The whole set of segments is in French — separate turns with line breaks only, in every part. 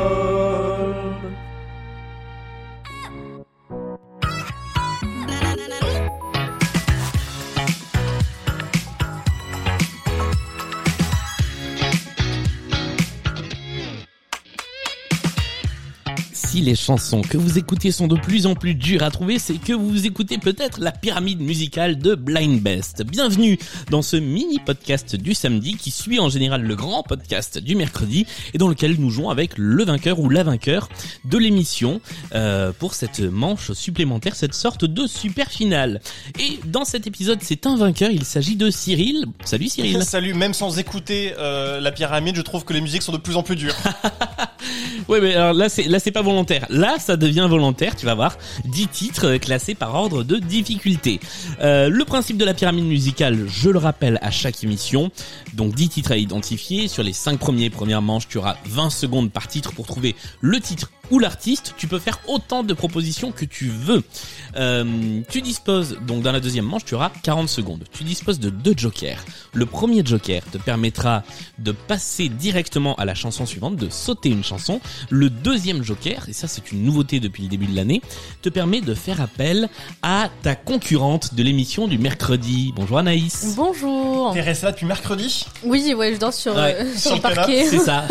Microstodome.
Si les chansons que vous écoutez sont de plus en plus dures à trouver, c'est que vous écoutez peut-être la pyramide musicale de Blind Best. Bienvenue dans ce mini podcast du samedi qui suit en général le grand podcast du mercredi et dans lequel nous jouons avec le vainqueur ou la vainqueur de l'émission euh, pour cette manche supplémentaire, cette sorte de super finale. Et dans cet épisode, c'est un vainqueur, il s'agit de Cyril. Salut Cyril.
Salut, même sans écouter euh, la pyramide, je trouve que les musiques sont de plus en plus dures.
Ouais, mais alors là, c'est là, c'est pas volontaire. Là, ça devient volontaire. Tu vas voir, 10 titres euh, classés par ordre de difficulté. Euh, le principe de la pyramide musicale, je le rappelle à chaque émission. Donc 10 titres à identifier. Sur les 5 premiers premières manches, tu auras 20 secondes par titre pour trouver le titre ou l'artiste. Tu peux faire autant de propositions que tu veux. Euh, tu disposes donc dans la deuxième manche, tu auras 40 secondes. Tu disposes de deux jokers. Le premier joker te permettra de passer directement à la chanson suivante, de sauter une chanson. Le deuxième joker, et ça c'est une nouveauté depuis le début de l'année, te permet de faire appel à ta concurrente de l'émission du mercredi. Bonjour Anaïs.
Bonjour.
T'es resté là depuis mercredi
Oui, ouais, je dors sur,
Ouais,
euh,
sur
sur
le
le parquet.
C'est ça.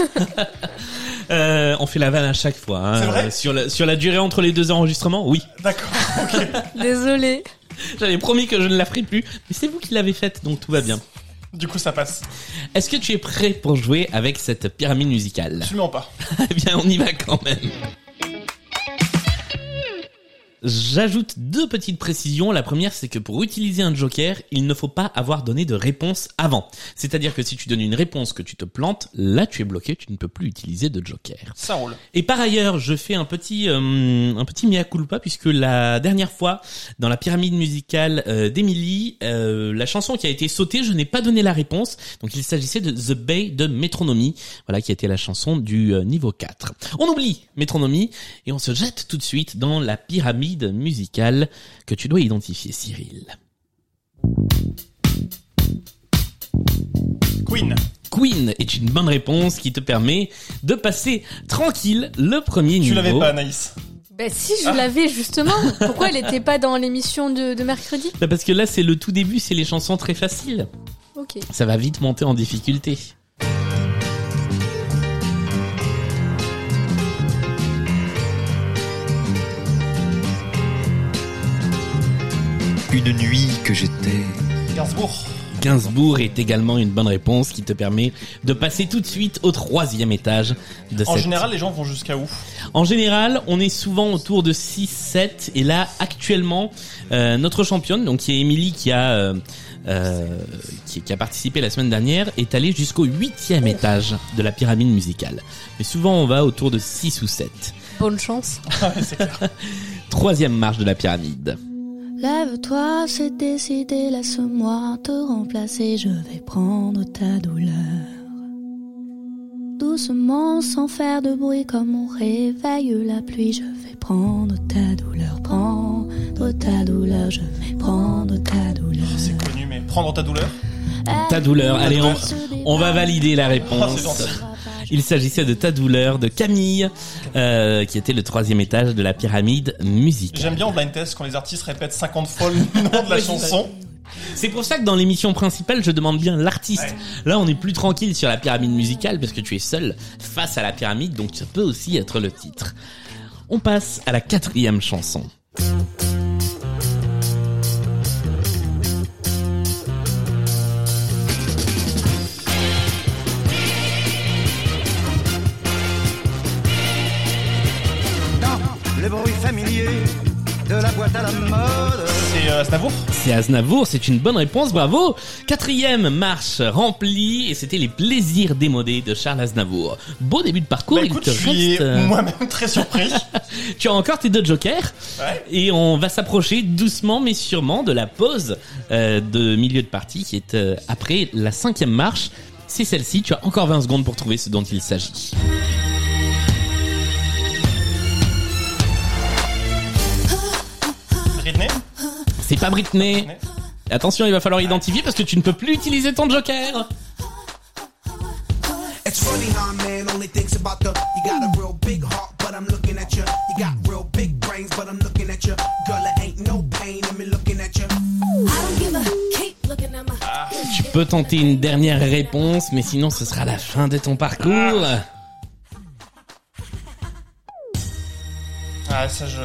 Euh, on fait la vanne à chaque fois. hein.
C'est vrai
sur, la, sur la durée entre les deux enregistrements, oui.
D'accord, ok.
Désolée.
J'avais promis que je ne la ferai plus, mais c'est vous qui l'avez faite, donc tout va bien.
Du coup, ça passe.
Est-ce que tu es prêt pour jouer avec cette pyramide musicale
Absolument pas.
Eh bien, on y va quand même. J'ajoute deux petites précisions. La première, c'est que pour utiliser un joker, il ne faut pas avoir donné de réponse avant. C'est-à-dire que si tu donnes une réponse que tu te plantes, là tu es bloqué, tu ne peux plus utiliser de joker.
Ça roule.
Et par ailleurs, je fais un petit euh, un petit mea culpa puisque la dernière fois dans la pyramide musicale euh, d'Emily, euh, la chanson qui a été sautée, je n'ai pas donné la réponse. Donc il s'agissait de The Bay de Métronomie, voilà qui était la chanson du euh, niveau 4. On oublie Métronomie et on se jette tout de suite dans la pyramide musicale que tu dois identifier Cyril.
Queen.
Queen est une bonne réponse qui te permet de passer tranquille le premier
Tu
niveau.
l'avais pas, Anaïs.
Ben si, je
Ah.
l'avais justement. Pourquoi elle n'était pas dans l'émission de, de mercredi
Bah, parce que là c'est le tout début, c'est les chansons très faciles.
Ok.
Ça va vite monter en difficulté.
Une nuit que j'étais
Gainsbourg.
Gainsbourg est également une bonne réponse qui te permet de passer tout de suite au troisième étage de
En
cette-
général, les gens vont jusqu'à où
En général, on est souvent autour de 6, 7 et là, actuellement, euh, notre championne, donc qui est Émilie qui a, euh, euh, qui, qui a participé la semaine dernière, est allée jusqu'au huitième étage de la pyramide musicale. Mais souvent, on va autour de 6 ou 7.
Bonne chance.
Ouais, C'est clair.
Troisième marche de la pyramide.
Lève-toi, c'est décidé, laisse-moi te remplacer, je vais prendre ta douleur. Doucement, sans faire de bruit, comme on réveille la pluie, je vais prendre ta douleur, prendre ta douleur, je vais prendre ta douleur.
C'est connu, mais prendre ta douleur.
Ta douleur, allez, on, on va valider la
Oh, c'est
réponse.
gentil.
Il s'agissait de Ta douleur de Camille, euh, qui était le troisième étage de la pyramide musicale.
J'aime bien en blind test quand les artistes répètent 50 fois le nom de la
Oui,
chanson.
C'est pour ça que dans l'émission principale, je demande bien l'artiste.
Ouais.
Là, on est plus tranquille sur la pyramide musicale parce que tu es seul face à la pyramide, donc ça peut aussi être le titre. On passe à la quatrième chanson.
Le bruit familier de la boîte à la mode.
C'est euh, Aznavour.
C'est Aznavour, c'est une bonne réponse, bravo Quatrième marche remplie, et c'était les plaisirs démodés de Charles Aznavour. Beau début de parcours,
Bah
il
écoute,
te
je suis
reste... euh,
moi-même très surpris.
Tu as encore tes deux jokers
Ouais.
et on va s'approcher doucement mais sûrement de la pause euh, de milieu de partie qui est euh, après la cinquième marche. C'est celle-ci, tu as encore 20 secondes pour trouver ce dont il s'agit.
Britney.
C'est pas Britney.
Britney.
Attention, il va falloir identifier parce que tu ne peux plus utiliser ton joker.
It's full
Behind man only thinks about the. You got a real big heart, but I'm looking at you. You got real big brains, but I'm looking at you. Girl, it ain't no pain in me looking at you.
Tu peux tenter une dernière réponse, mais sinon ce sera la fin de ton parcours.
Ah, ça, je.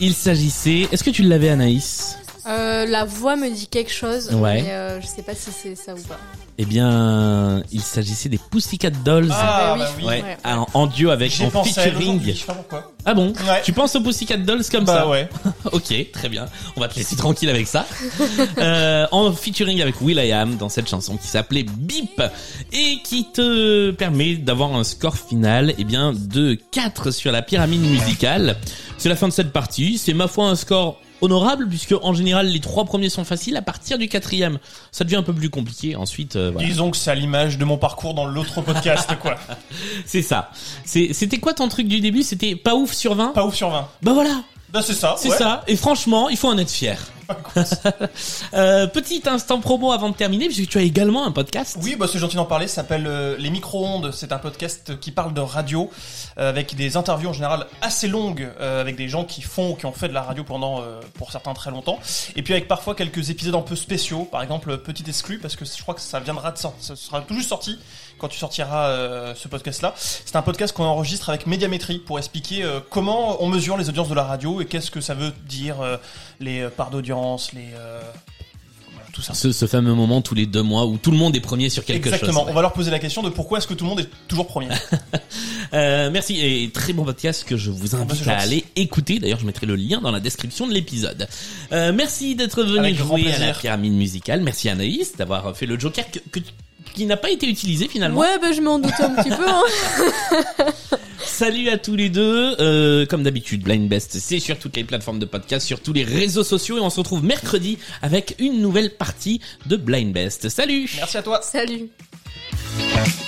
Il s'agissait. Est-ce que tu l'avais, Anaïs
Euh, la voix me dit quelque chose,
Ouais.
mais euh, je sais pas si c'est ça ou pas.
Eh bien, il s'agissait des Pussycat Dolls.
Ah,
bah
bah
oui.
oui.
Ouais,
ouais.
en- en duo avec
J'ai
en
pensé à elle aujourd'hui,
featuring.
Je sais pas pourquoi.
Ah bon
Ouais.
Tu penses aux Pussycat Dolls comme
Bah
ça
ouais.
Ok, très bien. On va te laisser tranquille avec ça. Euh, en featuring avec Will.i.am dans cette chanson qui s'appelait Bip et qui te permet d'avoir un score final eh bien, de 4 sur la pyramide musicale. C'est la fin de cette partie. C'est ma foi un score honorable puisque en général les trois premiers sont faciles à partir du quatrième ça devient un peu plus compliqué ensuite euh, voilà.
Disons que c'est à l'image de mon parcours dans l'autre podcast, quoi.
c'est ça C'est- c'était quoi ton truc du début c'était pas ouf sur 20
Pas ouf sur 20.
bah voilà
Bah, c'est ça.
C'est
ouais.
ça. Et franchement, il faut en être fier. euh, petit instant promo avant de terminer, puisque tu as également un podcast.
Oui, bah, c'est gentil d'en parler. Ça s'appelle euh, Les Micro-ondes. C'est un podcast qui parle de radio euh, avec des interviews en général assez longues euh, avec des gens qui font ou qui ont fait de la radio pendant, euh, pour certains, très longtemps. Et puis avec parfois quelques épisodes un peu spéciaux. Par exemple, euh, Petit Exclu, parce que je crois que ça viendra de sortir. Ça sera tout juste sorti quand tu sortiras euh, ce podcast-là. C'est un podcast qu'on enregistre avec Médiamétrie pour expliquer euh, comment on mesure les audiences de la radio et qu'est-ce que ça veut dire euh, les euh, parts d'audience, les. euh, voilà, tout ça.
Ce, ce fameux moment tous les deux mois où tout le monde est premier sur quelque
Exactement.
chose.
On va leur poser la question de pourquoi est-ce que tout le monde est toujours premier.
Euh, merci et très bon podcast que je vous
bah,
invite
c'est
à
gentil.
aller écouter. D'ailleurs, je mettrai le lien dans la description de l'épisode. Euh, merci d'être venu
Avec grand
jouer à la
plaisir.
pyramide musicale. Merci Anaïs d'avoir fait le Joker que- que- qui n'a pas été utilisé finalement.
Ouais, bah je m'en doutais un petit peu. Hein.
Salut à tous les deux. Euh, comme d'habitude, Blind Best, c'est sur toutes les plateformes de podcast, sur tous les réseaux sociaux et on se retrouve mercredi avec une nouvelle partie de Blind Best. Salut
Merci à toi.
Salut.
Thank you.